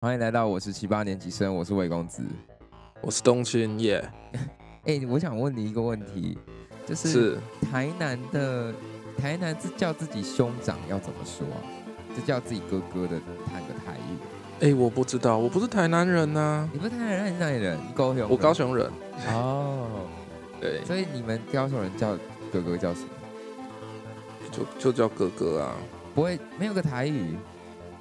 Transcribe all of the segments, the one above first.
欢迎来到我是七八年级生，我是魏公子。我是冬青叶，哎、我想问你一个问题，就是是台南的台南是叫自己兄长要怎么说啊？就叫自己哥哥的探个台语。哎、我不知道，我不是台南人呐、你不是台南人，你哪里人？你高雄人？我高雄人。哦，对，所以你们高雄人叫哥哥叫什么？就就叫哥哥啊，不会没有个台语？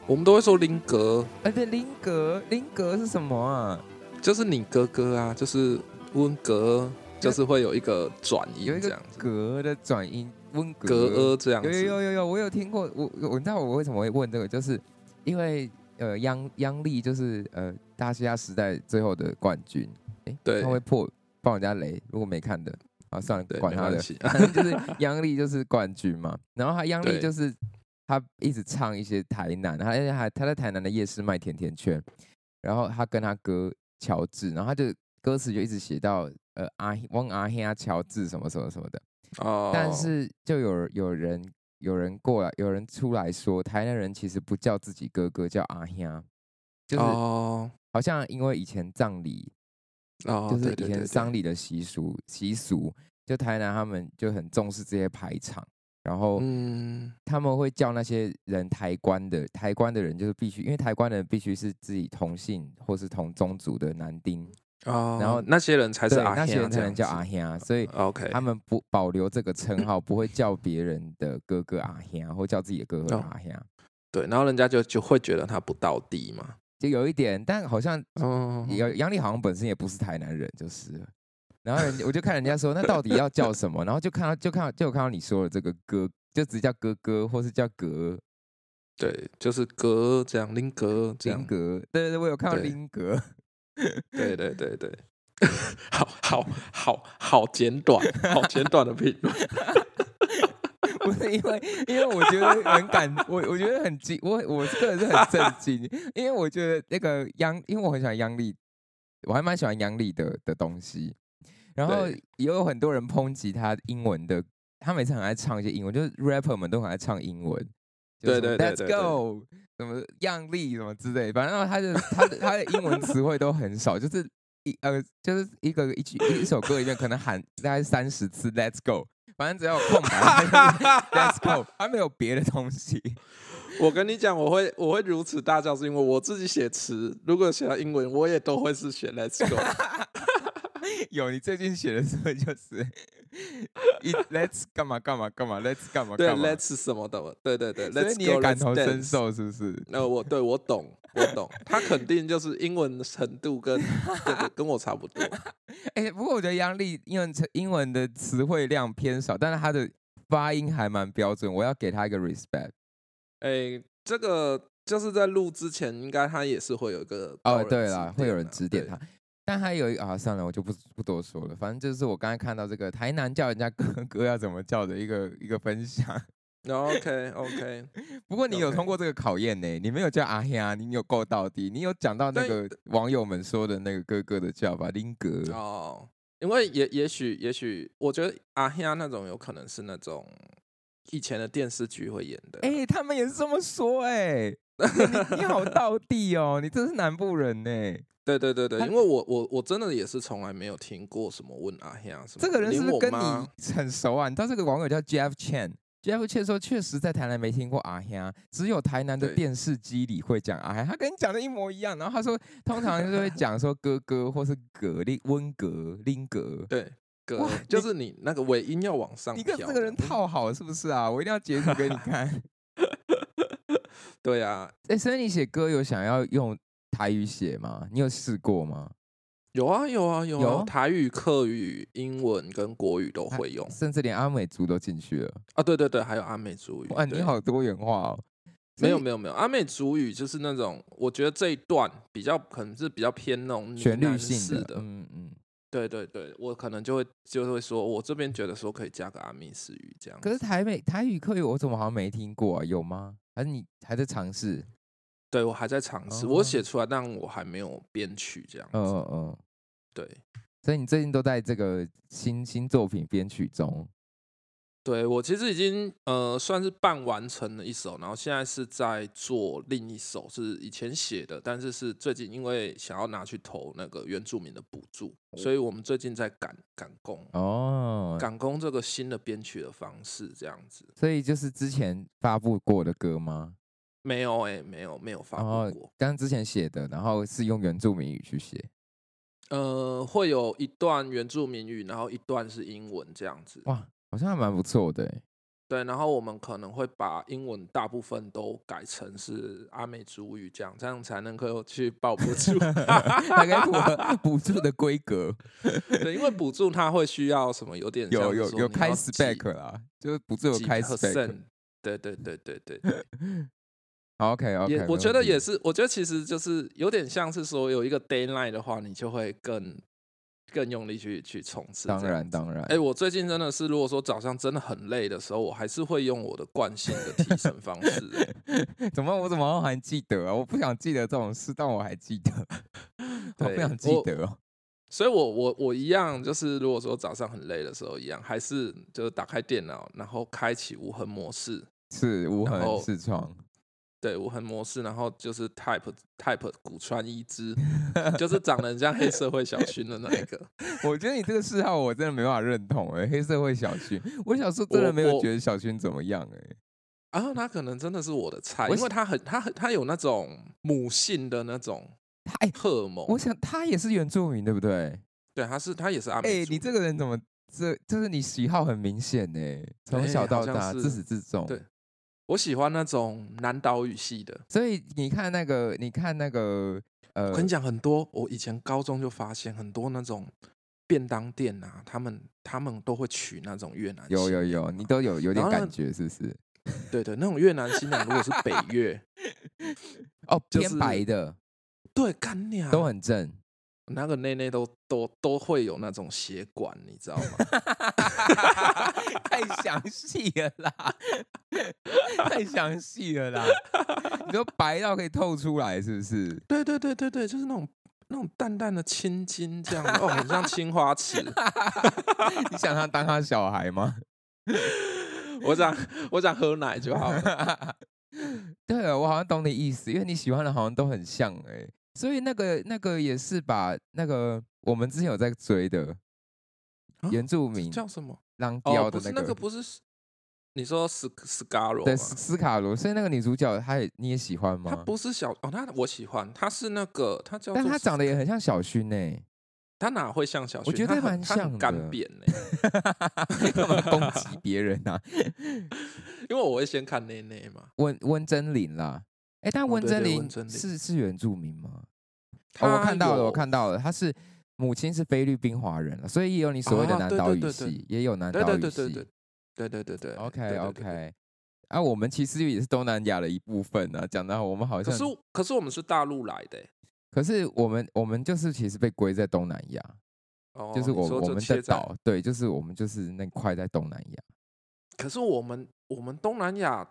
我们都会说林格，而且林格林格是什么啊？就是你哥哥啊，就是温格，就是会有一个转有一音这个样子，格的转音，温格呃这样有有子。有有有，我有听过，我我我知道我为什么会问这个，就是因为呃央央丽就是呃大西亚时代最后的冠军，哎、对他会破爆人家雷，如果没看的啊，算了，对，管没他关的，系。反正就是央丽就是冠军嘛，然后他央丽对就是他一直唱一些台南，他还他在台南的夜市卖甜甜圈，然后他跟他哥乔治，然后他就歌词就一直写到呃阿汪阿黑啊乔治什么什么什么的。哦， 但是就有有人有人过来，有人出来说，台南人其实不叫自己哥哥，叫阿兄，就是哦好像因为以前葬礼，哦，就是对以对对前对丧礼的习俗习俗，就台南他们就很重视这些排场，然后嗯，他们会叫那些人抬棺的，抬棺的人就是必须，因为抬棺的人必须是自己同姓或是同宗族的男丁，哦，然后那些人才是对，阿那些兄人才这能样叫子阿兄，啊所以 OK，他们不保留这个称号，不会叫别人的哥哥阿兄，或叫自己的哥哥哦阿兄，对，然后人家就就会觉得他不到地嘛。就有一点。但好像哦，有杨丽好像本身也不是台南人，就是了。然后人我就看人家说，那到底要叫什 么？然后就看到就看到就有看到你说的这个哥，就只叫哥哥，或是叫格对，就是格这样，林格这样林。格。对对对，我有看到对林格。对对对对， 好好好好简短，好简短的评论。 不是因为，因为我觉得很感，我我觉得很惊，我我个人是很震惊，因为我觉得那个央，因为我很喜欢央丽，我还蛮喜欢央丽的的东西，然后对也有很多人抨击他英文的，他每次很爱唱一些英文，就是 rapper 们都很爱唱英文。就是什么对对对 Let's go，什么样力什么之类，反正他的他的他的英文词汇都很少，就是一呃，就是一个一句一首歌里面可能喊大概三十次 Let's go，反正只要有空白他就是 Let's go，他没有别的东西。 我跟你讲，我会我会如此大叫，是因为我自己写词，如果写到英文，我也都会是写 Let's go。 有你最近写的时候就是一 Let's 干嘛干嘛干嘛 Let's 干嘛对干嘛， ，Let's 什么的，对对对所以，Let's 你也 go，感 Let's 同身 dance。受是不是？那我对我懂，我懂，他肯定就是英文程度跟这个跟我差不多。哎、不过我觉得杨丽英文词英文的词汇量偏少，但是她的发音还蛮标准，我要给她一个 respect。哎，这个就是在录之前，应该他也是会有一个高哦，人对指了，会有点人啊指点对她。但还有一啊，算了，我就不不多说了。反正就是我刚才看到这个台南叫人家哥哥要怎么叫的一个一个分享。 OK OK，不过你有 OK 通过这个考验呢、你没有叫阿黑啊，你有够到底，你有讲到那但呃个网友们说的那个哥哥的叫法，林格。哦，因为也也许也许，我觉得阿黑那种有可能是那种以前的电视剧会演的。哎、他们也是这么说哎、 你你好到地哦，你真是南部人呢、对对对对，他因为我我我真的也是从来没有听过什么问阿黑什么的，这个人是连不是我跟妈你很熟啊？你知道这个网友叫 Jeff Chen。Jeff Chen 说，确实在台南没听过阿香，只有台南的对电视机里会讲阿香。他跟你讲的一模一样，然后他说，通常就会讲说哥哥或是格林温格林格。对哥 哇，就你是你那个尾音要往上你飘跟这的，个人嗯套好是不是啊？我一定要截图给你看。 对啊，哎、所以你写歌有想要用台语写吗？你有试过吗？有啊有啊有啊，有台语、客语、英文跟国语都会用甚至连阿美族都进去了。啊。对对对，还有阿美族语。哇，哦啊你对好多元化哦。没有所以没有没有，阿美族语就是那种，我觉得这一段比较可能是比较偏那种呢旋律喃性式的，的，嗯嗯。对对对，我可能就会就会说，我这边觉得说可以加个阿密斯语这样。可是台美台语课语我怎么好像没听过啊？有吗？还是你还在尝试？对我还在尝试，哦我写出来，但我还没有编曲这样子。嗯嗯嗯。对所以你最近都在这个新新作品编曲中。对我其实已经呃算是半完成了一首，然后现在是在做另一首，是以前写的，但是是最近因为想要拿去投那个原住民的补助，所以我们最近在赶赶工，哦，赶工这个新的编曲的方式这样子。所以就是之前发布过的歌吗？没有哎、没有没有发哦布过，刚之前写的，然后是用原住民语去写，呃，会有一段原住民语，然后一段是英文这样子。哇，好像还蛮不错的欸。对，然后我们可能会把英文大部分都改成是阿美族语，这样这样才能够去报补助。 大概符 合补助的规格，对，因为补助它会需要什么？有点像有是有说有你开要 s 几 p e c 啦，就是补助有几开 s p e c percent。对对对对对对，好 OK OK，也我觉得也是，我觉得其实就是有点像是说有一个 d a y l i n e 的话，你就会更更用力去去冲刺。当然。当然。哎、我最近真的是，如果说早上真的很累的时候，我还是会用我的惯性的提升方式、 哎怎么我怎么还记得啊？我不想记得这种事，但我还记得，我不对想记我得哦。所以我我我一样，就是如果说早上很累的时候，一样还是就是打开电脑，然后开启无痕模式，是无然痕后视窗，对无痕模式，然后就是 type type 古川一之，就是长得很像黑社会小薰的那一个。我觉得你这个嗜好我真的没办法认同哎、黑社会小薰，我小时候真的我没有我觉得小薰怎么样哎、然后啊他可能真的是我的菜，我因为是他很他很他有那种母性的那种他哎、荷尔蒙。我想他也是原住民对不对？对，他是他也是阿哎、美族。你这个人怎么这就是你喜好很明显呢、从哎小到好像大、是自始至终。对我喜欢那种南岛语系的。所以你看那个，你看那个，呃我，跟你讲，很多我以前高中就发现很多那种便当店啊，他们他们都会取那种越南新有有娘有，嘛你都有有然点后感呢觉是不是？对对，那种越南新娘如果是北越，哦，就偏是白的对干娘都很正，那个内内都都都会有那种血管，你知道吗？ 太详细了啦，太详细了啦，你都白到可以透出来是不是？对对对对对，就是那种那种淡淡的青筋这样，哦，很像青花瓷。你想他当他小孩吗？ 我想我想喝奶就 好了。对啊，我好像懂你意思，因为你喜欢的好像都很像哎、所以那个那个也是把那个我们之前有在追的啊原住民叫什么？浪哦，雕不的是那那个个，不是，你说斯斯卡罗对斯斯卡罗，所以那个女主角她也你也喜欢她吗？不是小哦，她我喜欢，她是那个她叫做但斯，她长得也很像小薰 哎、她哪会像小薰？我觉得她很蛮她很像的干扁呢、欸，干嘛攻击别人啊？因为我会先看内内嘛。温温真菱啦，哎、但哦温对真对温菱真菱是是原住民吗？哦，她我看到了，有我看到了，她是母亲是菲律宾华人了，所以也有你所谓的啊南对岛对语对系，对也有南对岛对语系。对对对对对对对 OK 对对对 OK，啊，我们其实也是东南亚的一部分啊。讲到我们好可像，是可是我们是大陆来的、可是我们我们就是其实被归在东南亚，哦，就是你我说我就们切的在。岛，对，就是我们就是那块在东南亚。可是我们我们东南亚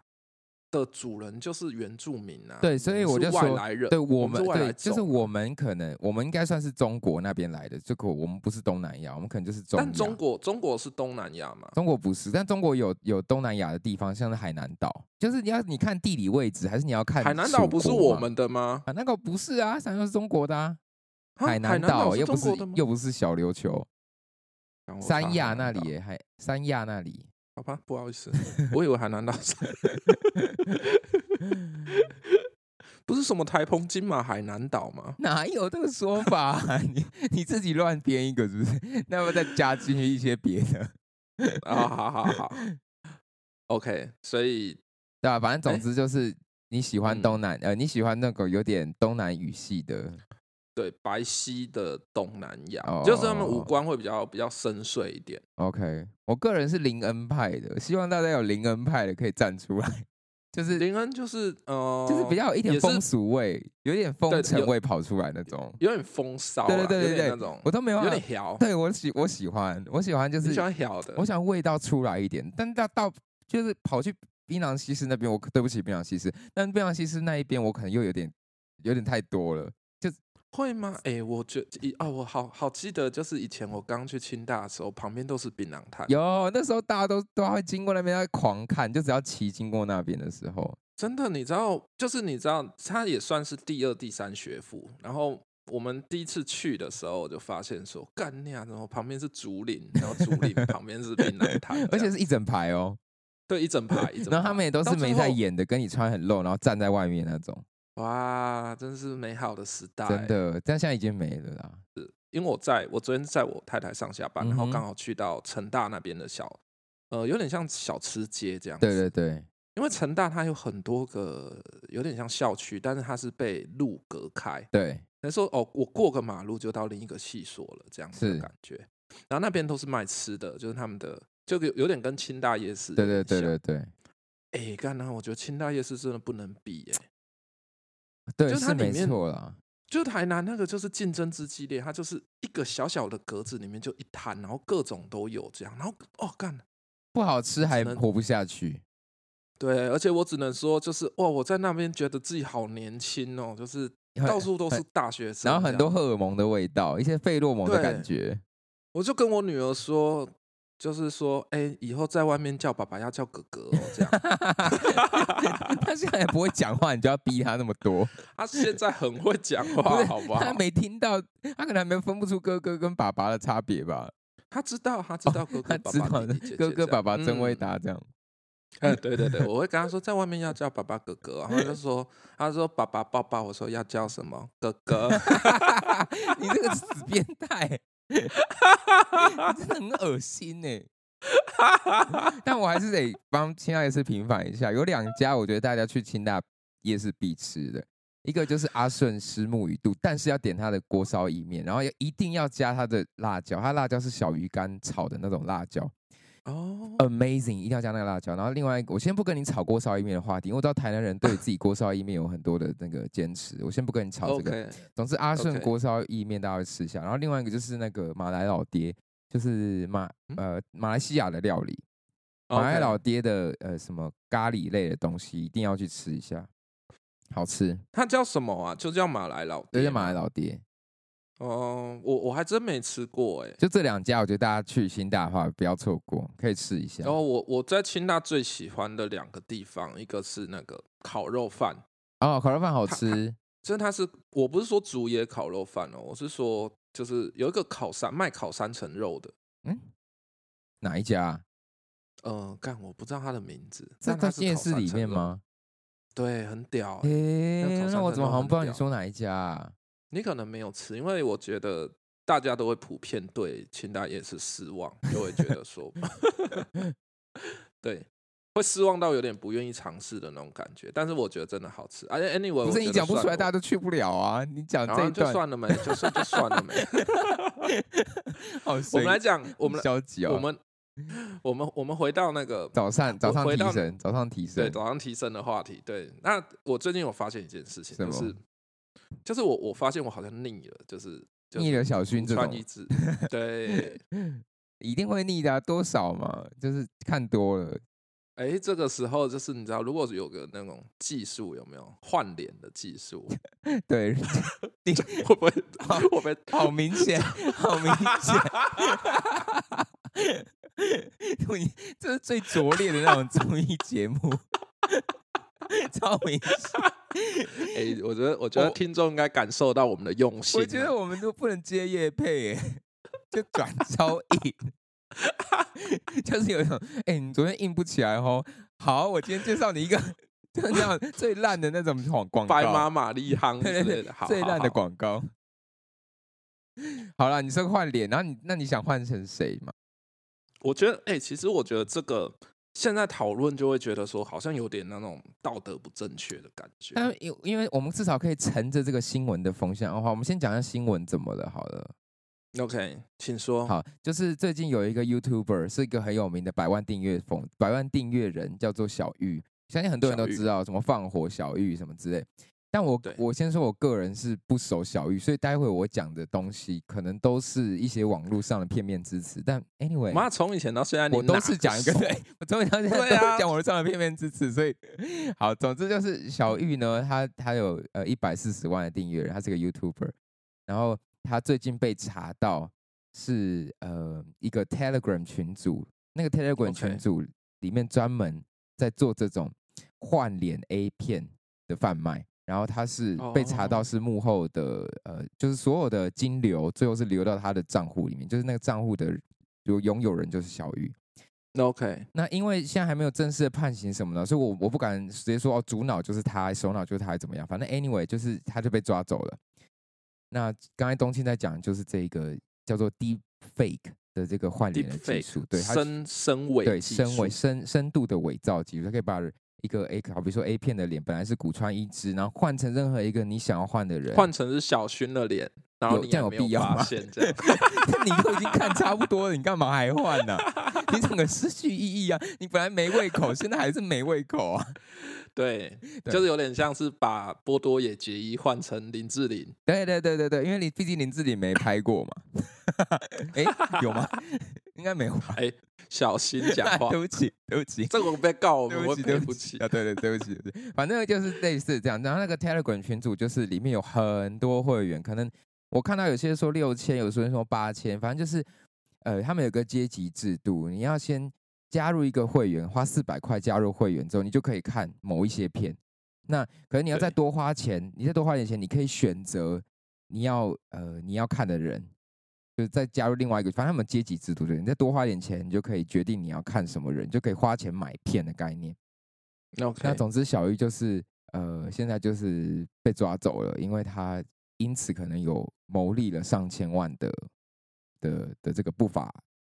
的主人就是原住民啊，对所以我我们是就外说来人，对我我们们是外来对，就是种我们可能我们应该算是中国那边来的，这个我们不是东南亚，我们可能就是中但中亚国中国是东南亚嘛，中国不是，但中国有有东南亚的地方，像是海南岛，就是你要你看地理位置，还是你要看海南属岛不是国我嘛们的吗？啊？那个不是啊，山东是中国的啊，啊海南岛又不中是国的吗？又不是小琉球，干我查三亚海那南岛里耶，还三亚那里，好吧，不好意思，我以为海南岛是， 不是什么台澎金马海南岛吗？哪有这个说法 啊、你你自己乱编一个是不是？ 那要不要再加进去一些别的？啊，好好好，OK，所以对啊吧、反正总哎之就是你喜欢嗯东南，呃，你喜欢那个有点东南语系的，对白皙的东南亚，哦就是他们五官会比较比较深邃一点。 OK，我个人是林恩派的，希望大家有林恩派的可以站出来，就是林恩就是呃，就是比较有一点也是风俗味，有一点风对尘有味跑出来那种，有点风骚啦，对对对对有点对那种我都没有有办点法。摇，对我喜我喜欢我喜欢就你是喜欢摇的我，想味道出来一点，但到到就是跑去槟榔西施那边，我对不起槟榔西施，但槟榔西施那一边我可能又有点有点太多了，就会吗？哎、我觉以啊，我好好记得，就是以前我刚去清大的时候，旁边都是槟榔摊，有那时候大家都都会经过那边，会狂看，就只要骑经过那边的时候，真的，你知道，就是你知道，它也算是第二、第三学府。然后我们第一次去的时候，我就发现说，干你啊！然后旁边是竹林，然后竹林旁边是槟榔摊， 而这且样是一整排哦。对一整排一整排。然后他们也都到是最没在后，演的，跟你穿很露，然后站在外面那种，哇，真是美好的时代。真，的。但现在已经没了啦。因为我在我昨天在我太太上下班，然后嗯哼刚好去到成大那边的小，呃，有点像小吃街这样子。对对对，因为成大它有很多个有点像校区，但是它是被路隔开。对，那时候哦，我过个马路就到另一个系所了，这样子的是感觉。然后那边都是卖吃的，就是他们的，就有有点跟清大夜市。对对对。对对哎、干然后我觉得清大夜市真的不能比耶、对，就是它是里没面错啦。就台南那个就是竞争之激烈，它就是一个小小的格子里面就一摊，然后各种都有这样，然后哦干，不好吃还能活不下去。对，而且我只能说就是哇，我在那边觉得自己好年轻哦，就是很到处都是很大学生，然后很多，荷尔蒙的味道，一些费洛蒙的对感觉。 我就跟我女儿说，就是说，哎、以后在外面叫爸爸要叫哥哥哦，这样。他现在也不会讲话，你就要逼他那么 多，他现在很会讲不话，是好不他好？没听到，他可能还没分不出哥哥跟爸爸的差别吧？他知道，他知道哥他哥、爸哦知爸、道弟弟姐姐哥哥这样爸爸真会。嗯打这样，哎，对对对，我会跟他说，在外面要叫爸爸哥哥，然后他就说，他说爸爸抱抱，我说要叫什么哥 哥，你这个死变态，你真的很恶心呢、 但我还是得帮清大夜市平反一下，有两家我觉得大家去清大夜市必吃的，一个就是阿顺虱目鱼肚，但是要点他的锅烧意面，然后要一定要加他的辣椒，他辣椒是小鱼干炒的那种辣椒哦， ，amazing，一定要加那个辣椒。然后另外一个，我先不跟你炒锅烧意面的话题，因为我知道台南人对自己锅烧意面有很多的那个坚持，我先不跟你吵这个。 OK，总之，阿顺 OK 锅烧意面大家会吃一下，然后另外一个就是那个马来老爹，就是马嗯呃马来西亚的料理，马来 OK 老爹的呃什么咖喱类的东西一定要去吃一下，好吃，他叫什么啊？就叫马来老爹，而且马来。老爹哦，我我还真没吃过哎。就这两家，我觉得大家去新大的话不要错过，可以吃一下然后我我在清大最喜欢的两个地方，一个是那个烤肉饭，哦，烤肉饭好它它吃，真的它是我不是说竹野烤肉饭哦，我是说就是有一个烤山卖烤三层肉的，嗯，哪一家啊？嗯，干我不知道它的名字，这但它在是夜烤市三里层面肉？吗？对，很屌欸、诶、那个烤那山我真怎么好的像很不知道你屌说哪一家、啊？你可能没有吃，因为我觉得大家都会普遍对清大夜市失望，就会觉 得说， 对。会失望到有点不愿意尝试的那种感觉，但是我觉得真的好吃。而且 anyway，不我是觉你得讲不算出来，了大家都去不了啊！你讲然这后一就段算了没，就算就算 了没。好，我们来讲，我们来消极哦，我们我们我们回到那个早上早上回提到神，早上提对神，早上提升的话题。对，那我最近有发现一件事情，什就么是就是我我发现我好像腻了，就是就是逆了小薰独这穿一种只，对，一定会腻的啊、多少嘛，就是看多了， 哎，这个时候就是你知道，如果有个那种技术有没有换脸的技术， 对，会不会会不会 好明 显，好明显， 你这是最拙劣的那种综艺节目， 超明显。哎，我觉得我觉得我听众应该感受到我们的用心啊，我觉得我们都不能接叶配、欸， 就转 超硬，就是有一种，哎、你昨天硬不起来哦。好，我今天介绍你一个就那样最烂的那种广广白告妈，玛丽 夯之对类对的对，好，最好烂的好广告。好了，你说换脸，然后你那你想换成谁嘛？我觉得，哎、其实我觉得这个现在讨论就会觉得说，好像有点那种道德不正确的感觉。但因因为我们至少可以乘着这个新闻的风向的话，我们先讲一下新闻怎么了好了。 OK，请说。好，就是最近有一个 YouTuber 是一个很有名的百万订阅粉，百万订阅人叫做小玉，相信很多人都小玉知道什么放火小玉什么之类。但我对我先说，我个人是不熟小玉，所以待会我讲的东西可能都是一些网络上的片面之词。但 anyway，妈，从以前到现在，我都是讲一个对，对，我从小现在对都啊是讲我上的片面之词，所以好，总之就是小玉呢，她她有呃一百四十万的订阅人，她是个 YouTuber，然后他最近被查到是呃一个 Telegram 群组，那个 Telegram OK 群组里面专门在做这种换脸 A 片的贩卖，然后他是被查到哦是幕后的、呃，就是所有的金流最后是流到他的账户里面，就是那个账户的有拥有人就是小鱼。 OK，那因为现在还没有正式的判刑什么的，所以我我不敢直接说哦，主脑就是他，首脑就是他，还怎么样？反正 anyway 就是他就被抓走了。那刚才东青在讲，就是这个叫做 deep fake 的这个换脸的技 Deepfake 术，对，它深深伪对技深伪术深深度的伪造技术，它可以把一个 A 好比说 A 片的脸本来是骨穿一只，然后换成任何一个你想要换的人，换成是小薰的脸，然后有你这样还有没有必要发吗现这样 你都已经看差不多了，你干嘛还换呢、你整个失去意义啊！你本来没胃口，现在还是没胃口啊！对， 对就是有点像是把波多野结衣换成林志玲，对对对对对，因为你毕竟林志玲没拍过嘛，哎、有吗？ 应该没有吧？小心讲 话对，不起，对不起，这个我被告，我对们不会起，对赔不起起。啊！对对，对不起，对不起反正就是类似这样。然后那个 Telegram 群组就是里面有很多会员，可能我看到有些说六千，有些人说八千，反正就是呃，他们有个阶级制度，你要先加入一个会员，花四百块加入会员之后，你就可以看某一些片。那可能你要再对多花钱，你再多花点钱，你可以选择你要呃你要看的人，就是再加入另外一个，反正他们阶级制度对，你再多花点钱，你就可以决定你要看什么人，就可以花钱买片的概念。那 OK，总之，小玉就是呃，现在就是被抓走了，因为他因此可能有牟利了上千万的的的这个不法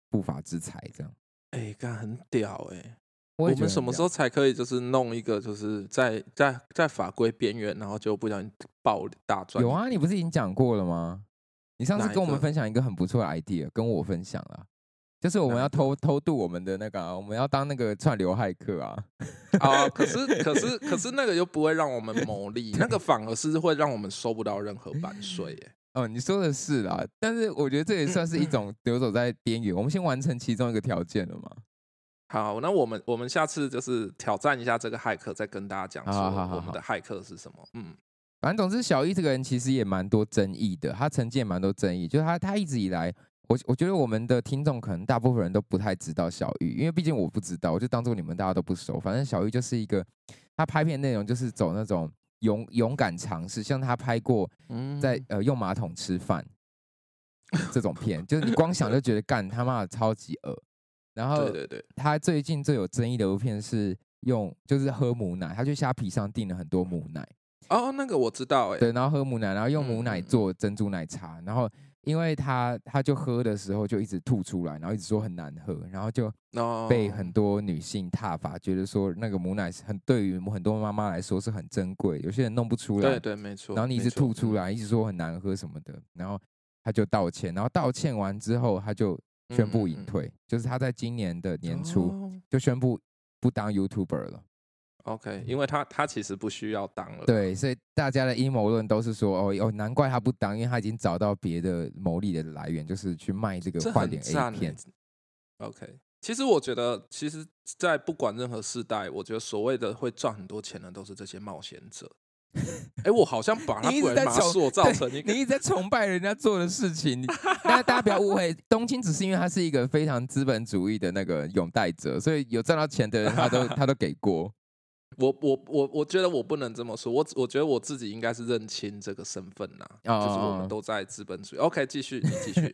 不法之财，这样。哎，干很屌哎、我我也觉们得什很么时屌候才可以就是弄一个就是在在在法规边缘，然后就不小心爆大赚？有啊？你不是已经讲过了吗？你上次哪一跟我们个分享一个很不错的 idea，跟我分享了，就是我们哪要一个偷偷渡我们的那个啊、我们要当那个串流骇客啊。啊！可是可是可是那个又不会让我们牟利，那个反而是会让我们收不到任何版税耶。哦，你说的是啦，但是我觉得这也算是一 种游走在边缘。我们先完成其中一个条件了嘛？好，那我们我们下次就是挑战一下这个骇客，再跟大家讲好好说好我们的骇客是什么。嗯，反正总之，小一这个人其实也蛮多争议的，他曾经也蛮多争议，就是他他一直以来，我我觉得我们的听众可能大部分人都不太知道小玉，因为毕竟我不知道，我就当做你们大家都不熟。反正小玉就是一个，他拍片内容就是走那种勇勇敢尝试，像他拍过嗯在呃用马桶吃饭这种片，就是你光想就觉得干他妈的超级恶。然后对对对，他最近最有争议的一部片是用就是喝母奶，他去虾皮上订了很多母奶。哦，那个我知道哎、对，然后喝母奶，然后用母嗯奶嗯嗯做珍珠奶茶，然后因为他他就喝的时候就一直吐出来，然后一直说很难喝，然后就哦，被很多女性挞伐，觉得说那个母奶是很对于很多妈妈来说是很珍贵，有些人弄不出来，对对没错，然后你一没直错嗯吐出，来，一直说很难喝什么的，然后他就道歉，然后道歉完之后他就宣布嗯嗯隐嗯退，就是他在今年的嗯年初哦就宣布不当 YouTuber 了。 OK，因为他他其实不需要当了。对，所以大家的阴谋论都是说，哦哦，难怪他不当，因为他已经找到别的牟利的来源，就是去卖这个这换很脸赞 A 欸片。 OK，其实我觉得，其实，在不管任何世代，我觉得所谓的会赚很多钱的，都是这些冒险者。 哎、我好像把他你一直不然在把它走塑造对成一你个一直在崇拜人家做的事情，你大家大家不要误会，东京只是因为他是一个非常资本主义的那个拥戴者，所以有赚到钱的人，他 都他都给过。我我我我觉得我不能这么说，我只我觉得我自己应该是认清这个身份啦、就是我哦们都在资本主义。OK，继续，你 继续。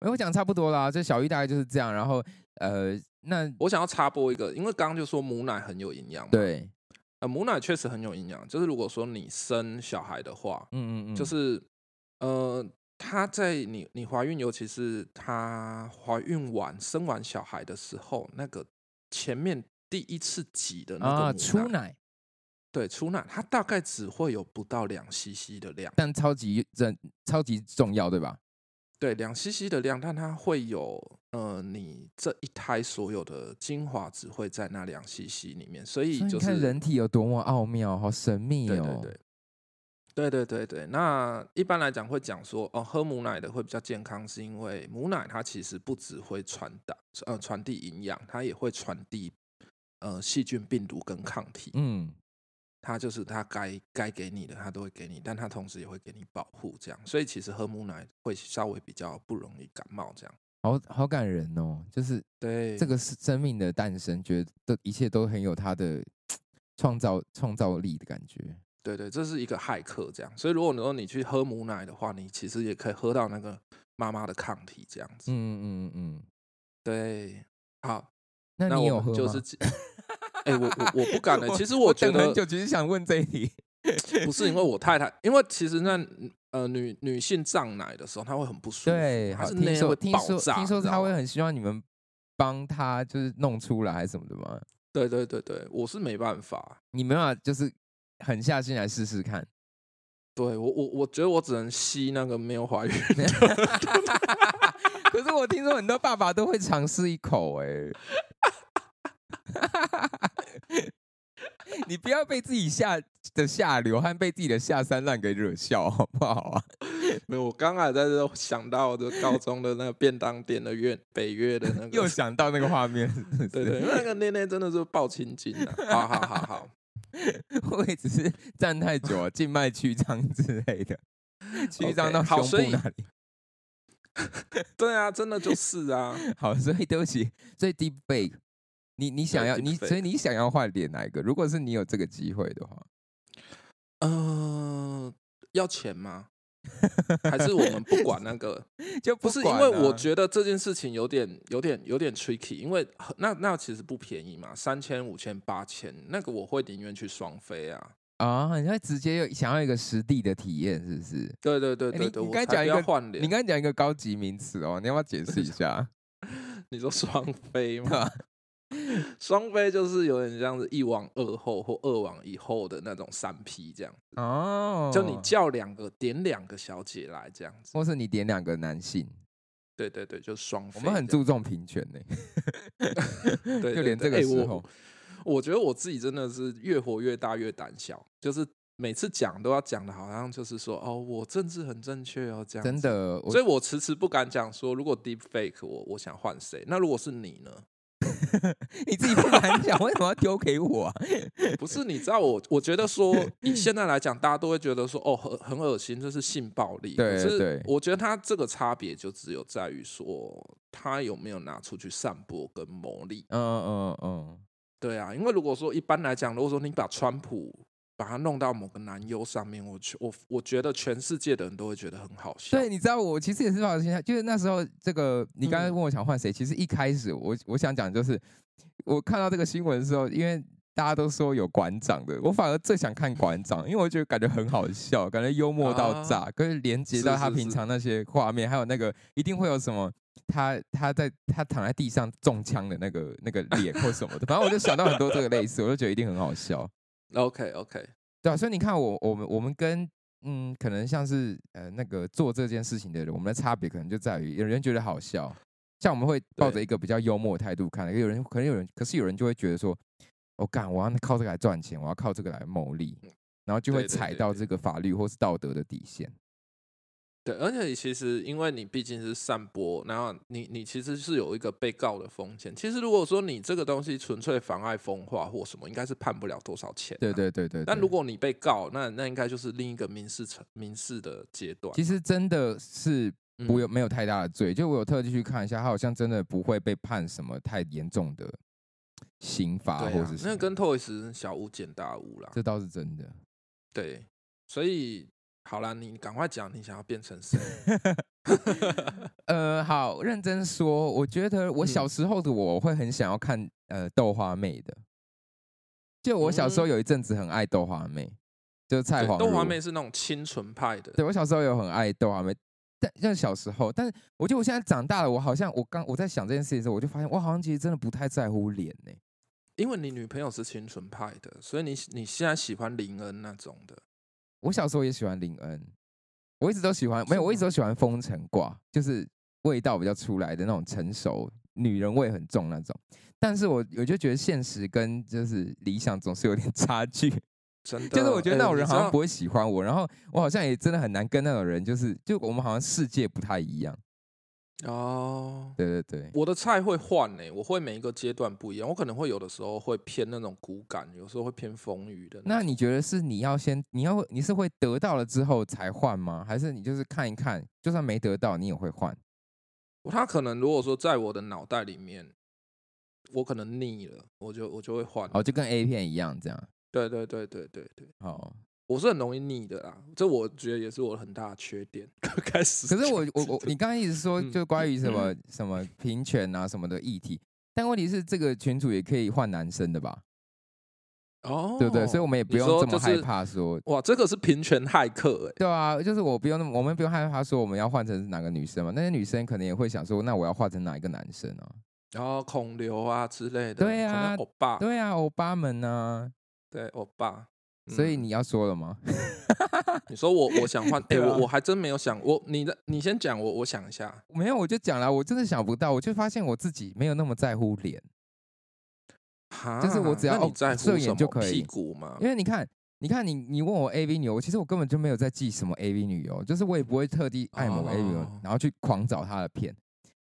哎，我讲差不多啦，这小玉大概就是这样。然后呃，那我想要插播一个，因为刚刚就说母奶很有营养嘛，，对，呃，母奶确实很有营养。就是如果说你生小孩的话，嗯嗯嗯，就是呃，她在你你怀孕，尤其是她怀孕完生完小孩的时候，那个前面第一次挤的那个啊，母出奶，奶，对出奶，它大概只会有不到两 CC 的量，但超级这超级重要，对吧？对，两 CC 的量，但它会有呃，你这一胎所有的精华只会在那两 CC 里面，所以所以就你是看人体有多么奥妙，好神秘对哦。对对。对对对对，那一般来讲会讲说，哦，喝母奶的会比较健康，是因为母奶它其实不只会传达呃传递营养，它也会传递呃细菌、病毒跟抗体。嗯，他就是他该该给你的，他都会给你，但他同时也会给你保护，这样。所以其实喝母奶会稍微比较不容易感冒，这样。好好感人哦，就是对，这个是生命的诞生，觉得都一切都很有它的创造创造力的感觉。对对，这是一个骇客这样。所以如果你说你去喝母奶的话，你其实也可以喝到那个妈妈的抗体这样子。嗯嗯嗯嗯，对，好，那那你有我喝们就吗是记，哎、我我我不敢的、 我其实我觉等很得久，只是想问这一 题。不是因为我太太，因为其实那呃女女性胀奶的时候，她会很不舒服，对，她好是听内说会听爆说炸，听说你知他道会吗很希望你们帮他就是弄出来还是什么的吗？对对对对，我是没办法，你没办法，就是狠下心来试试看。对我我我觉得我只能吸那个没有怀孕 可是我听说很多爸爸都会尝试一口、欸， 哎，你不要被自己下的下流和被自己的下三滥给惹笑，好不好 啊？没有，我刚才在这想到就高中的那个便当店的月北月的那又个，想到那个画面，是不是 对对，那个内内真的是爆青筋的、好好好 好，我也只是站太久了，静脉曲张之类的，曲张到 OK，好胸所以部那里。 对啊，真的就是啊，好，所以对不起，所以 deep fake，你你想要你， deepfake 所以你想要换脸哪一个？如果是你有这个机会的话，嗯、要钱吗？还是我们不管那 个？就不是因管为我啊觉得这件事情有点、有点、有点 tricky，因为很那那其实不便宜嘛，三千、五千、八千，那个我会宁愿去双飞啊。啊，你会直接有想要一个实地的体验，是不是？对对对哎对你对，你我该才讲不一要个换你脸。刚才讲一个高级名词哦，你要不要解释一下？你说双飞对吗 啊？双飞就是有点像是一往二后或二往以后的那种三 P 这样， 哦，就你，叫两个点两个小姐来这样子。或是你点两个男性，对对对，就是双飞我这们样。很注重平权呢。对，就对连这对个哎时我候我觉得我自己真的是越活越大，越胆小，就是每次讲都要讲的，好像就是说哦，我政治很正确哦，这样真子。的，我所以我迟迟不敢讲说，如果 deep fake 我我想换谁？那如果是你呢？你自己不敢讲，为什么要丢给我啊？ 不是，你知道我，我觉得说以现在来讲，大家都会觉得说哦，很很恶心，这是性暴力。对对可是我觉得它这个差别就只有在于说，他有没有拿出去散播跟牟利。嗯嗯嗯，对啊，因为如果说一般来讲，如果说你把川普把他弄到某个男优上面，我觉我我觉得全世界的人都会觉得很好笑。对，你知道我其实也是发现，就是那时候这个你刚才嗯问我想换谁，其实一开始我我想讲就是我看到这个新闻的时候，因为。大家都说有馆长的，我反而最想看馆长，因为我觉得感觉很好笑，感觉幽默到啊炸，可是连接到是他是平是常那些画面，还有那个一定会有什么他他在他躺在地上中枪的那个那个脸或什么的，反正我就想到很多这个类似，我就觉得一定很好笑。 OK OK，对啊，所以你看我，我们我们跟嗯，可能像是呃那个做这件事情的人，我们的差别可能就在于，有人觉得好笑，像我们会抱着对一个比较幽默的态度看，有人可能有人，可是有人就会觉得说，我、干，我要靠这个来赚钱，我要靠这个来牟利，然后就会嗯对对踩对到对这个法律或是道德的底线。对，而且其实因为你毕竟是散播，然后你你其实是有一个被告的风险。其实如果说你这个东西纯粹妨碍风化或什么，应该是判不了多少钱、啊对。对对对但对如果你被告，那那应该就是另一个民事程民事的阶段。其实真的是嗯不有没有太大的罪，就我有特地去看一下，他好像真的不会被判什么太严重的刑罚对或啊者，什那么，跟 Toys 小巫见大巫啦。这倒是真的。对，所以好啦，你赶快讲，你想要变 成谁？呃，好，认真说，我觉得我小嗯时候的我会很想要看呃豆花妹的，就我小时候嗯有一阵子很爱豆花妹，就是蔡对黄豆花如妹，是那种清纯派的，对我小时候有很爱豆花妹，但就是小时候，但是我觉得我现在长大了，我好像我刚我在想这件事情的时候，我就发现我好像其实真的不太在乎脸呢、因为你女朋友是清纯派的，所以你你现在喜欢林恩那种的。我小时候也喜欢林恩，我一直都喜欢，没是有，我一直吗都喜欢风尘挂，就是味道比较出来的那种成熟女人味很重那种。但是我我就觉得现实跟就是理想总是有点 差距，真的，就是我觉得哎那种人好像不，你知道会喜欢我，然后我好像也真的很难跟那种人，就是就我们好像世界不太一样。哦，对对对，我的菜会换呢、我会每一个阶段不一样，我可能会有的时候会偏那种骨感，有时候会偏风雨的那种你觉得是你要先，你要你是会得到了之后才换吗？还是你就是看一看，就算没得到你也会换？他可能如果说在我的脑袋里面，我可能腻了，我就我就会换。哦，就跟 A 片一样这样。对对对对对对，哦，我是很容易腻的啦，这我觉得也是我很大的缺点。 开始可觉得，是我我 我，你刚刚一直说嗯就关于什么、什么平权啊什么的议题，但问题是这个群主也可以换男生的吧，哦，对不对？所以我们也不你用说这么就是害怕说，哇，这个是平权骇客哎、对啊，就是我不用那么，我们不用害怕说我们要换成是哪个女生嘛，那些女生可能也会想说，那我要换成哪一个男生啊？然后孔刘啊之类的，对可能啊欧巴，对啊，欧巴们呢、对欧巴。所以嗯你要说了吗？ 你说我我想换，哎、对啊我我还真没有想，我你的你先讲，我我想一下。没有，我就讲了，我真的想不到，我就发现我自己没有那么在乎脸，哈就是我只要那你哦在顺乎眼什就么可以屁股吗？因为你看，你看你你问我 AV 女优，其实我根本就没有在记什么 AV 女优，就是我也不会特地爱某个 AV 女优哦，然后去狂找她的片。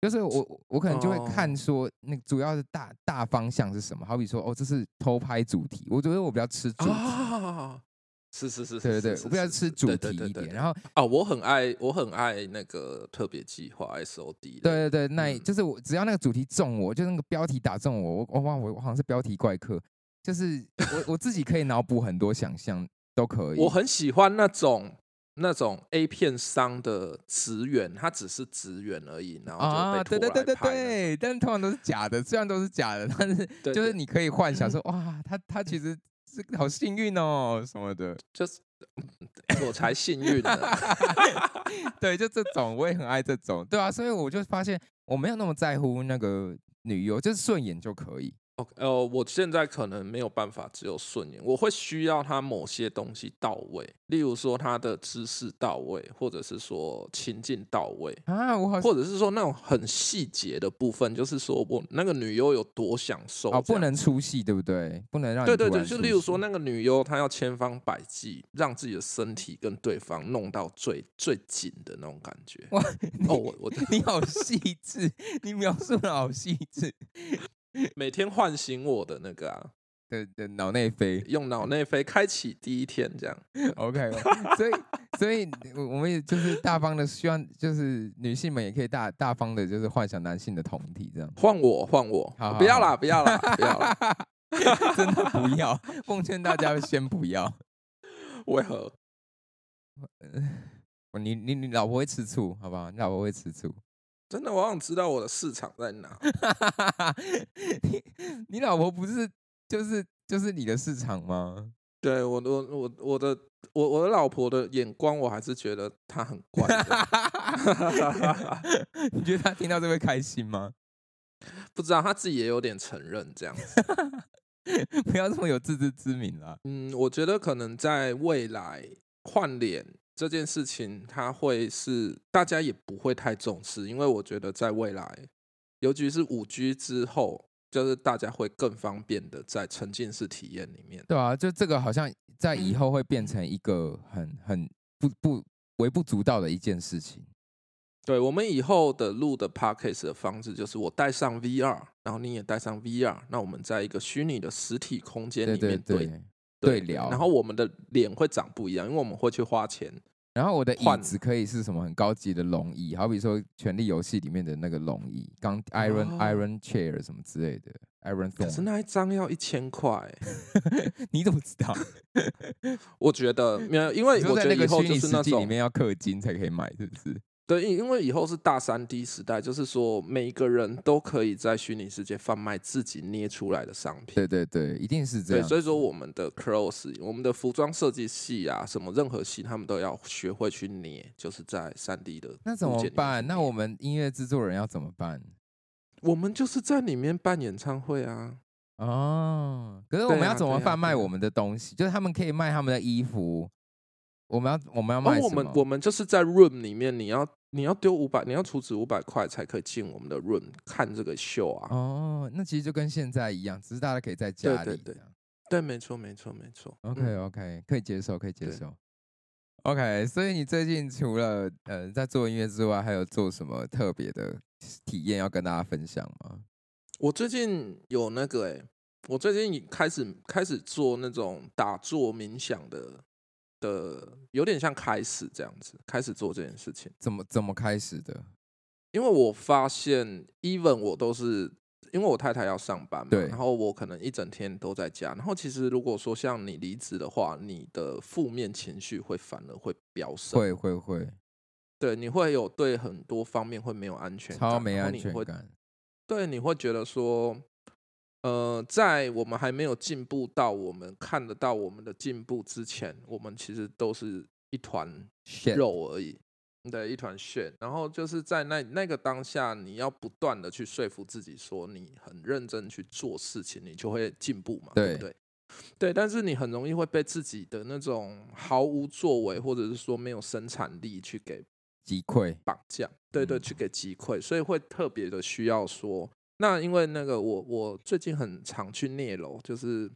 就是我，我可能就会哦看说，那个主要的大大方向是什么？好比说，哦，这是偷拍主题，我觉得我比较吃主题，啊，是是是，是对对对，是我比较是吃是主对题对对一对点。对然后，啊，我很爱我很爱那个特别计划 SOD 的，对对对，那嗯就是我只要那个主题中我，就是那个标题打中我，我我忘我我好像是标题怪客，就是我我自己可以脑补很多想象都可以。我很喜欢那种那种 A 片商的职员，他只是职员而已，然后就啊，对对被拖对来对拍那种对，但是通常都是假的，虽然都是假的，但是对，就是对嗯你可以幻想说，哇，他他其实是好幸运哦什么的，就是 嗯我才幸运呢。 对，就这种我也很爱这种，对啊，所以我就发现我没有那么在乎那个女优，就是顺眼就可以。 OK，呃，我现在可能没有办法只有顺眼，我会需要他某些东西到位，例如说他的知识到位，或者是说情境到位，啊，我好或者是说那种很细节的部分，就是说我那个女优有多享受这哦样，不能出戏，对不对？不能让你对对突对，然就出例如戏说，那个女优，她要千方百计让自己的身体跟对方弄到最最紧的那种感觉。哇，哦，你我我 你好细致，你描述的好细致每天唤醒我的那个啊，的的脑内飞。用脑内啡开启第一天这样。。OK，所以 所以我我们也就是大方的，希望就是女性们也可以大大方的，就是幻想男性的同体这样 换我，换我，好好不要好。啦，不要啦，不要啦 真的不要，奉劝大家先不要。为何？你你你老婆会吃醋，好不好？你老婆会吃醋。 真的，我想知道我的市场在哪。你你老婆不是就是就是你的市场吗？ 对我，我，我，我的，我我的老婆的眼光，我还是觉得她很怪的。 你觉得她听到这会开心吗？ 不知道她自己也有点承认这样子。不要这么有自知之明啦。嗯，我觉得可能在未来换脸这件事情，它会是大家也不会太重视，因为我觉得在未来，尤其是五 G 之后，就是大家会更方便的在沉浸式体验里面。对啊，就这个好像在以嗯后会变成一个很很不不微不足道的一件事情。对我们以后的录的 podcast 的方式，就是我带上 VR，然后你也带上 VR，那我们在一个虚拟的实体空间对里对面对对对聊。然后我们的脸会长不一样，因为我们会去花钱。然后我的椅换子可以是什么很高级的龙椅，好比说《权力游戏》里面的那个龙椅，刚 Iron、哦 Iron Chair 什么之类的 Iron 可是 Throne。那一张要一千块欸、你怎么知 道？我觉得没有，因为你说我在觉那得个以后虚就拟是世那界里种面要氪金才可以买，是不是？对，因因为以后是大三 D 时代，就是说每一个人都可以在虚拟世界贩卖自己捏出来的商品。对对对，一定是这对，样。所以说我们的 close，我们的服装设计系啊，什么任何系，他们都要学会去捏，就是在三 D 的那怎物么件里面办？去那捏我们音乐制作人要怎么办？我们就是在里面办演唱会啊。哦，可是我们对要啊怎么对啊贩卖对啊我们的东西？就是他们可以卖他们的衣服，我们要我们要哦卖，我什们么？我们就是在 room 里面，你要你要丢五百，你要储值五百块才可以进我们的 room 看这个秀啊。哦，那其实就跟现在一样，只是大家可以在对家对里这对样。对，没错没错没错。嗯 OK OK，可以接受，可以接对受。 OK，所以你最近除了呃在做音乐之外，还有做什么特别的体验要跟大家分享吗？我最近有那个哎、我最近开始开始做那种打坐冥想的的，有点像开始这样子，开始做这件事情。怎么怎么开始的？因为我发现，even 我都是因为我太太要上班嘛，对然后我可能一整天都在家。然后其实如果说像你离职的话，你的负面情绪会反而会飙升，会会会，对，你会有对很多方面会没有安全感，超没然后安你全会感。对，你会觉得说，呃，在我们还没有进步到我们看得到我们的进步之前，我们其实都是一团 Shit，肉而已，对，一团血。然后就是在那那个当下，你要不断的去说服自己，说你很认真去做事情，你就会进步嘛，对不对对？对，但是你很容易会被自己的那种毫无作为，或者是说没有生产力去给击溃。绑架，对对，嗯去给击溃，所以会特别的需要说，那因为那个我我最近很常去聂楼，就是，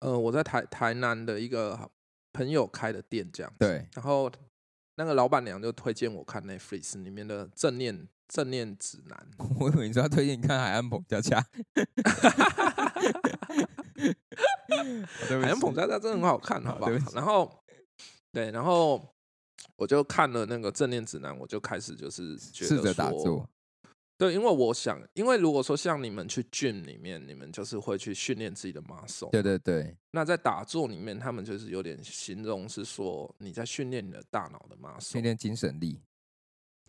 呃，我在台台南的一个朋友开的店这样子，对，然后那个老板娘就推荐我看 Netflix 里面的正念正念指南， 我以为你说要推荐你看《海岸彭佳佳》哦，对不海洋起捧佳佳真的很好看，好好不好对不？起然后对，然后我就看了那个正念指南，我就开始就是觉试得着打说坐，对，因为我想，因为如果说像你们去 gym 里面，你们就是会去训练自己的 muscle。对对对，那在打坐里面，他们就是有点形容是说你在训练你的大脑的 muscle。训练精神力，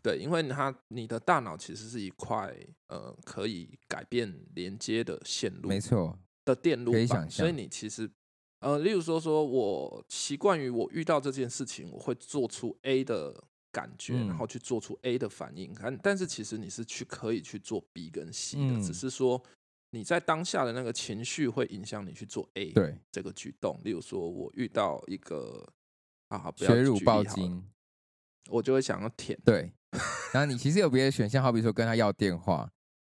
对，因为它你的大脑其实是一块呃可以改变连接的线路没错，的电路可以吧，想所以象你其实呃，例如说说我习惯于我遇到这件事情，我会做出 A 的感觉，嗯然后去做出 A 的反应，但但是其实你是去可以去做 B 跟 C 的，嗯只是说你在当下的那个情绪会影响你去做 A 对，这个举动。例如说我遇到一个啊，不要血乳举例暴好了，精，我就会想要舔。对。然后你其实有别的选项，好比说跟他要电话，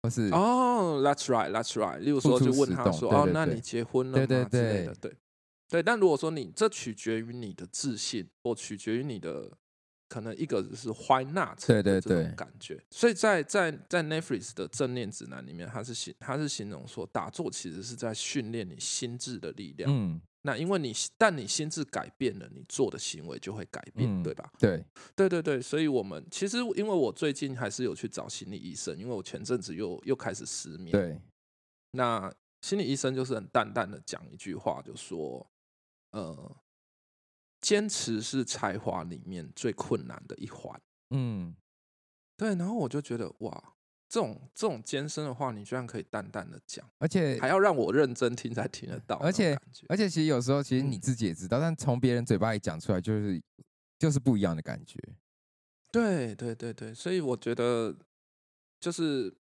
或是哦、t h a t s right，That's right。例如付说，出就问实他动说：“对哦对，那对你结婚了吗？”对对之类对的，对对。但如果说你这取决于你的自信，或取决于你的可能一个是 Why not 对的对这种对感觉。所以在在在 Netflix 的正念指南里面，它是形它是形容说，打坐其实是在训练你心智的力量。嗯，那因为你但你心智改变了，你做的行为就会改变，嗯对吧？对，对对对，所以我们其实因为我最近还是有去找心理医生，因为我前阵子又又开始失眠。对，那心理医生就是很淡淡的讲一句话，就说，呃，坚持是才华里面最困难的一环。嗯，对，然后我就觉得哇，这种这种艰深的话，你居然可以淡淡的讲，而且还要让我认真听才听得到那种而且感觉，而且其实有时候其实你嗯自己也知道，但从别人嘴巴里讲出来就是就是不一样的感觉，对对对对，所以我觉得就是，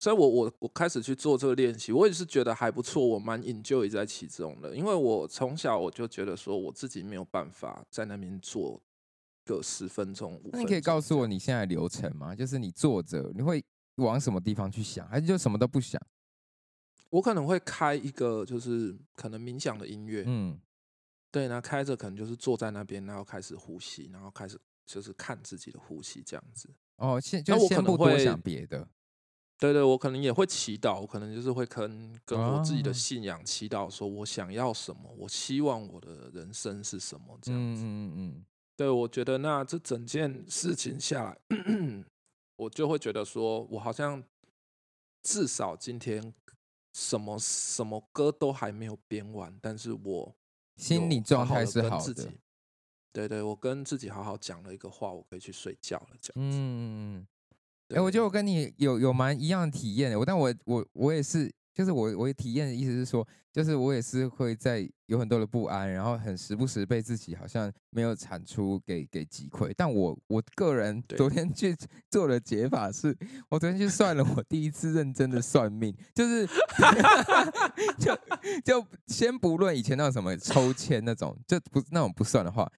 所以我我我开始去做这个练习，我也是觉得还不错，我蛮 enjoy 在其中的，因为我从小我就觉得说我自己没有办法在那边做个十分钟、五分那你钟。可以告诉我，你现在的流程吗？就是你坐着，你会往什么地方去想，还是就什么都不想？我可能会开一个就是可能冥想的音乐，嗯，对，然后开着可能就是坐在那边，然后开始呼吸，然后开始就是看自己的呼吸这样子。哦，先那就我先可能不多会想别的，对对，我可能也会祈祷，我可能就是会跟跟我自己的哦信仰祈祷，说我想要什么，我希望我的人生是什么这样嗯子。嗯嗯对，我觉得那这整件事情下来， 我就会觉得说，我好像至少今天什么什么歌都还没有编完，但是我嗯，心理有状好态好是地跟好自的己，，对对，我跟自己好好讲了一个话，我可以去睡觉了，这样子。嗯嗯嗯。哎、对我觉得我跟你有有蛮一样的体验的，我但我我我也是，就是我我体验的意思是说，就是我也是会在有很多的不安，然后很时不时被自己好像没有产出给给击溃。但我我个人对昨天去 做的解法是，我昨天去算了我第一次认真的算命，就是 就就先不论以前那种什么抽签那种，就不那种不算的话。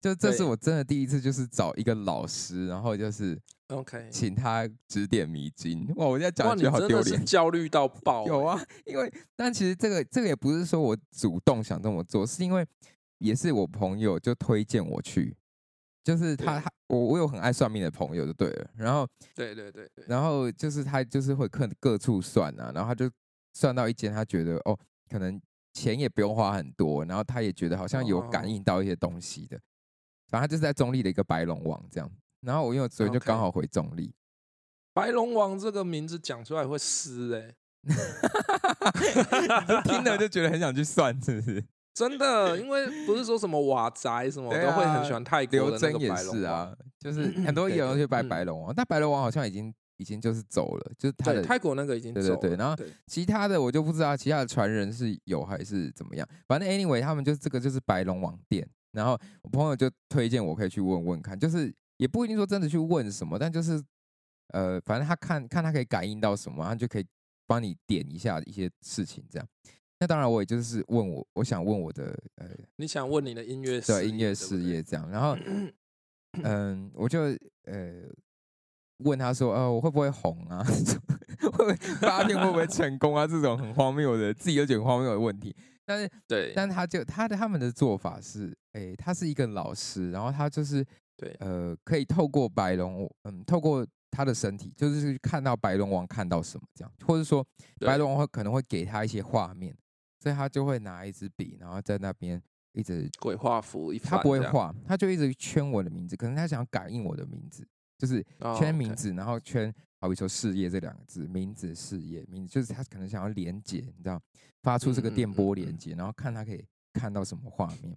就这是对我真的第一次，就是找一个老师，然后就是 OK，请他指点迷津。哇，我现在哇，讲你觉得好真丢的是欸脸。焦虑到爆、有啊，因为但其实这个这个也不是说我主动想这么做，是因为也是我朋友就推荐我去，就是他对他我我有很爱算命的朋友就对了，然后对对对对，然后就是他就是会各各处算啊，然后他就算到一间他觉得哦，可能钱也不用花很多，然后他也觉得好像有感哦应到一些东西的，反正他就是在中立的一个白龙王这样。然后我因为我昨天就刚 OK 好回中立，白龙王这个名字讲出来会湿哎、 听了就觉得很想去算，是不 是？真的，因为不是说什么瓦宅什么，对都会啊很喜欢泰国刘的那真个也白龙是王。啊，就是很多艺对人都对去拜嗯白龙王，但白龙王好像已经已经就是走了，就是他对，的泰国那个已经走对了。对对然后其他的我就不知道，其他的传人是有还是怎么样。反正 anyway，他们就是这个就是白龙王殿，然后我朋友就推荐我可以去问问看，就是也不一定说真的去问什么，但就是呃，反正他看看他可以感应到什么，他就可以帮你点一下一些事情这样。那当然，我也就是问我，我想问我的呃你想问你的音乐事对音乐对不事对业这样。然后，嗯，我就呃问他说，呃，我会不会红啊？ 会不会发片会不会成功啊？这种很荒谬的，自己有点荒谬的问题。但是，对但他就他的他们的做法是，诶，他是一个老师，然后他就是对呃，可以透过白龙，嗯，透过他的身体，就是去看到白龙王看到什么这样，或者说对白龙王会可能会给他一些画面，所以他就会拿一支笔，然后在那边一直鬼画符一番他不会这样，画，他就一直圈我的名字，可能他想要感应我的名字，就是哦圈名 OK 字，然后圈好比说事业这两个字，名字事业名字，就是他可能想要连接，你知道，发出这个嗯嗯电嗯波嗯连接，然后看他可以看到什么画面，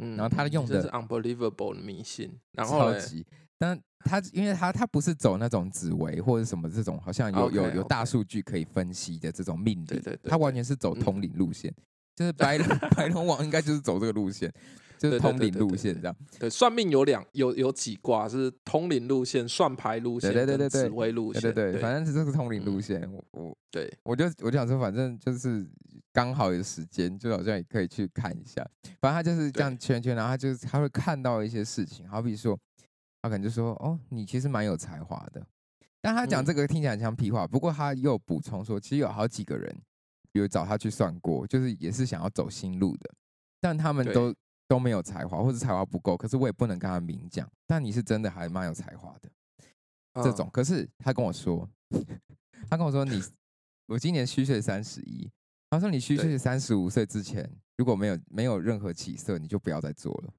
嗯，然后他嗯用这的是 unbelievable 的迷信，然后超嘞级。但他因为他他不是走那种紫薇或者什么这种，好像有有有 OK，OK 大数据可以分析的这种命理，对对对他完对全是走嗯统领路线，就是白 龙白龙王应该就是走这个路线，就是对对统对领对路对线对这样。对算命有两有有几卦是通灵路线、算牌路线、对对对对紫薇路对线，对对，对反正是这个通灵嗯路线，我我对我就我就想说，反正就是刚好有时间，就好像也可以去看一下。反正他就是这样对圈圈，然后他就是他会看到一些事情，好比说，他可能就说：“哦，你其实蛮有才华的。”但他讲嗯这个听起来很像屁话，不过他又补充说，其实有好几个人有找他去算过，就是也是想要走新路的，但他们对都都没有才华，或者才华不够。可是我也不能跟他明讲，但你是真的还蛮有才华的。这嗯种。可是他跟我说， 他跟我说你，我今年虚岁三十一，他说你虚对岁三十五岁之前，如果没有没有任何起色，你就不要再做了。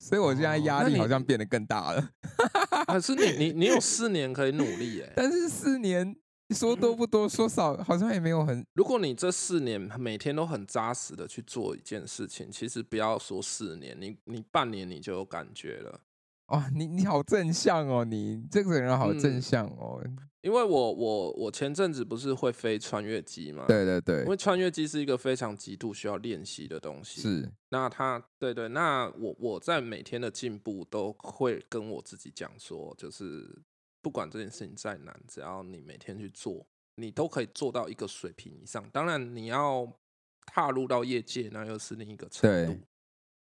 所以我现在哦压那力你好像变得更大 了。可啊是你你你有四年可以努力哎、但是四年说多不多，说少好像也没有很如果你这四年每天都很扎实的去做一件事情，其实不要说四年，你你半年你就有感觉了。哇，你你好正向哦，你这个人好正嗯向哦。因为我我我前阵子不是会飞穿越机嘛，，对对对因，为穿越机是一个非常极度需要练习的东西。，是那他对对，那我我在每天的进步都会跟我自己讲说，就是不管这件事情再难，只要你每天去做，你都可以做到一个水平以上。当然，你要踏入到业界，那又是另一个程对度。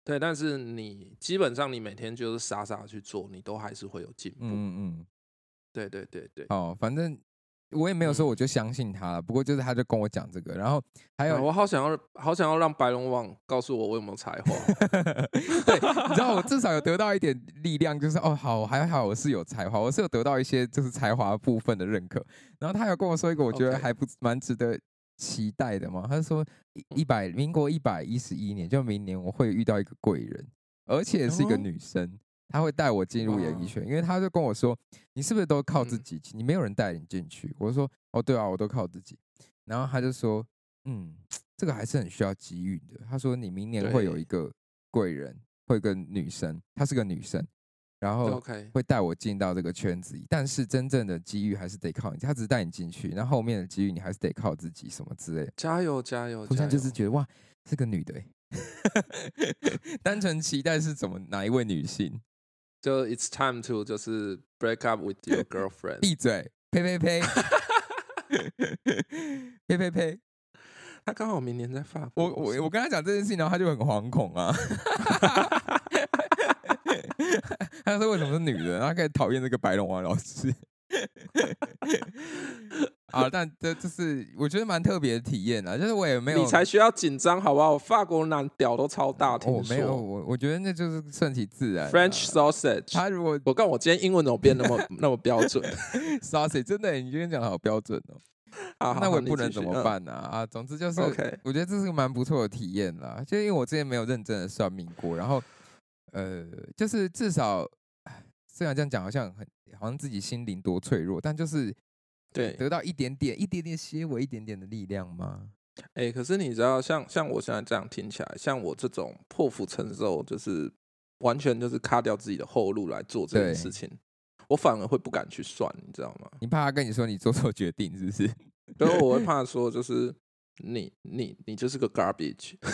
对，但是你基本上你每天就是傻傻地去做，你都还是会有进步。嗯嗯嗯，对对对对。哦，反正我也没有说嗯我就相信他了，不过就是他就跟我讲这个，然后还有啊我好想要，好想要让白龙王告诉我我有没有才 华。对，你知道我至少有得到一点力量，就是哦，好，还好我是有才华，我是有得到一些就是才华部分的认可。然后他有跟我说一个我觉得 OK 还不蛮值得期待的嘛，他说嗯一百民国一百一十一年，就明年我会遇到一个贵人，而且是一个哦女生，她会带我进入演艺哇圈，因为她就跟我说你是不是都靠自嗯己，你没有人带你进去？我说哦，对啊，我都靠自己。然后他就说嗯，这个还是很需要机遇的。他说你明年会有对一个贵人，会有个女生，她是个女生，然后 OK，会带我进到这个圈子里。但是真正的机遇还是得靠你，她只是带你进去，那后面的机遇你还是得靠自己什么之类的。加油加油！我现在加就是油觉得哇，是个女的、欸， 单纯期待是怎么哪一位女性？就 It's time to 就是 break up with your girlfriend。闭嘴，呸呸呸， 呸呸呸！他刚好明年在法国，我我我跟他讲这件事情，然后他就很惶恐啊。 他说为什么是女的？然后他开始讨厌这个白龙王老师。啊，但这这是我觉得蛮特别的体验啊，就是我也没有你才需要紧张好不好？法国男屌都超大，我听哦没有说我，我觉得那就是顺其自然啊。 French sausage。他如果我看我今天英文怎么变那么 那么标 准 sausage 真的，你今天讲的好标准哦。啊？好那我好也你不能继怎续么嗯办呢？啊，总之就是， OK 我觉得这是个蛮不错的体验啦。就因为我之前没有认真的算命过，然后呃，就是至少唉虽然这样讲好像很好像自己心灵多脆弱，但就是对，得到一点点、一点点些微一点点的力量嘛。哎、可是你知道，像像我现在这样听起来，像我这种破釜沉舟，就是完全就是卡掉自己的后路来做这对件事情，我反而会不敢去算，你知道吗？你怕他跟你说你做错决定是不是？所以我会怕说，就是你你你就是个 garbage，哦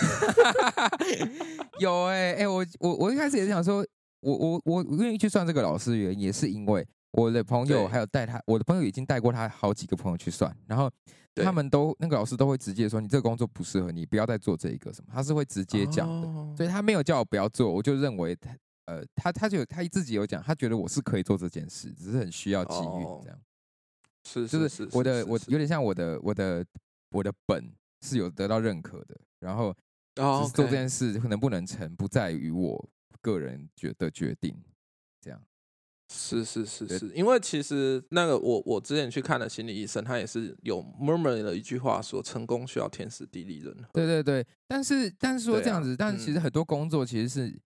有哎、欸、哎、我我我一开始也是想说，我我我我愿意去算这个老师原因也是因为我的朋友对还有带他，我的朋友已经带过他好几个朋友去算，然后对他们都那个老师都会直接说你这个工作不适合你，不要再做这一个什么，他是会直接讲的，哦所以他没有叫我不要做，我就认为他呃他他就有他自己有讲，他觉得我是可以做这件事，只是很需要机遇哦这样。是就是是是我的是我是有点像我的我的我的本是有得到认可的，然后哦只是做这 OK 件事能不能成，不在于我个人觉得决定。这样，是是是对是，因为其实那个我我之前去看的心理医生，他也是有 murmur 了一句话说，成功需要天时地利人和。对对对。但是但是说对这样啊子，但其实很多工作其实是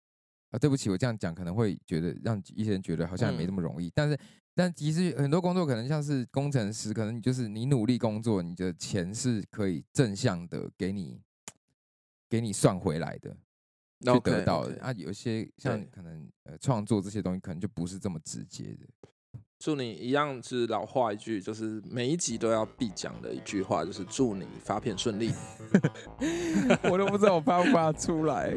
啊，对不起，我这样讲可能会觉得让一些人觉得好像也没嗯这么容易，但是。但其实很多工作可能像是工程师，可能你就是你努力工作，你的钱是可以正向的给你给你算回来的。去得 OK，OK 到的啊，有些像对可能呃创作这些东西，可能就不是这么直接的。 祝你一样是老话一句，就是每一集都要必讲的一句话，就是祝你发片顺利。 我都不知道我发不发出来，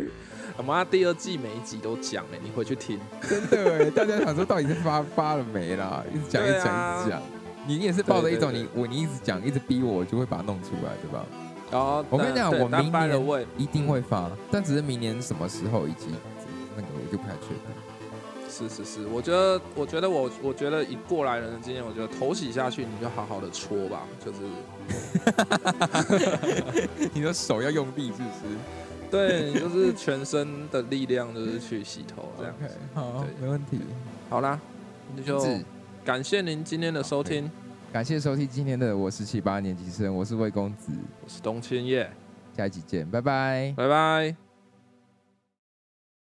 我妈第二季每一集都讲哎、你回去听。真的哎，大家想说到底是发发了没啦？一直讲，一直对讲，啊一直讲。你也是抱着一种对对你我你一直讲，一直逼我，我就会把它弄出来，对吧？然后我跟你讲我明拜了年位，一定会发，但只是明年什么时候以及那个我就不太确定。是是是，我觉得我觉得我我觉得以过来人的经验，我觉得头洗下去你就好好的搓吧，就是 你的手要用力，是不是？对，你就是全身的力量就是去洗头这样 OK，子。好对，没问题。好啦，那就是感谢您今天的收听，感谢收听今天的我是七八年级生，我是魏公子，我是董千叶，下一集见，拜拜。拜拜。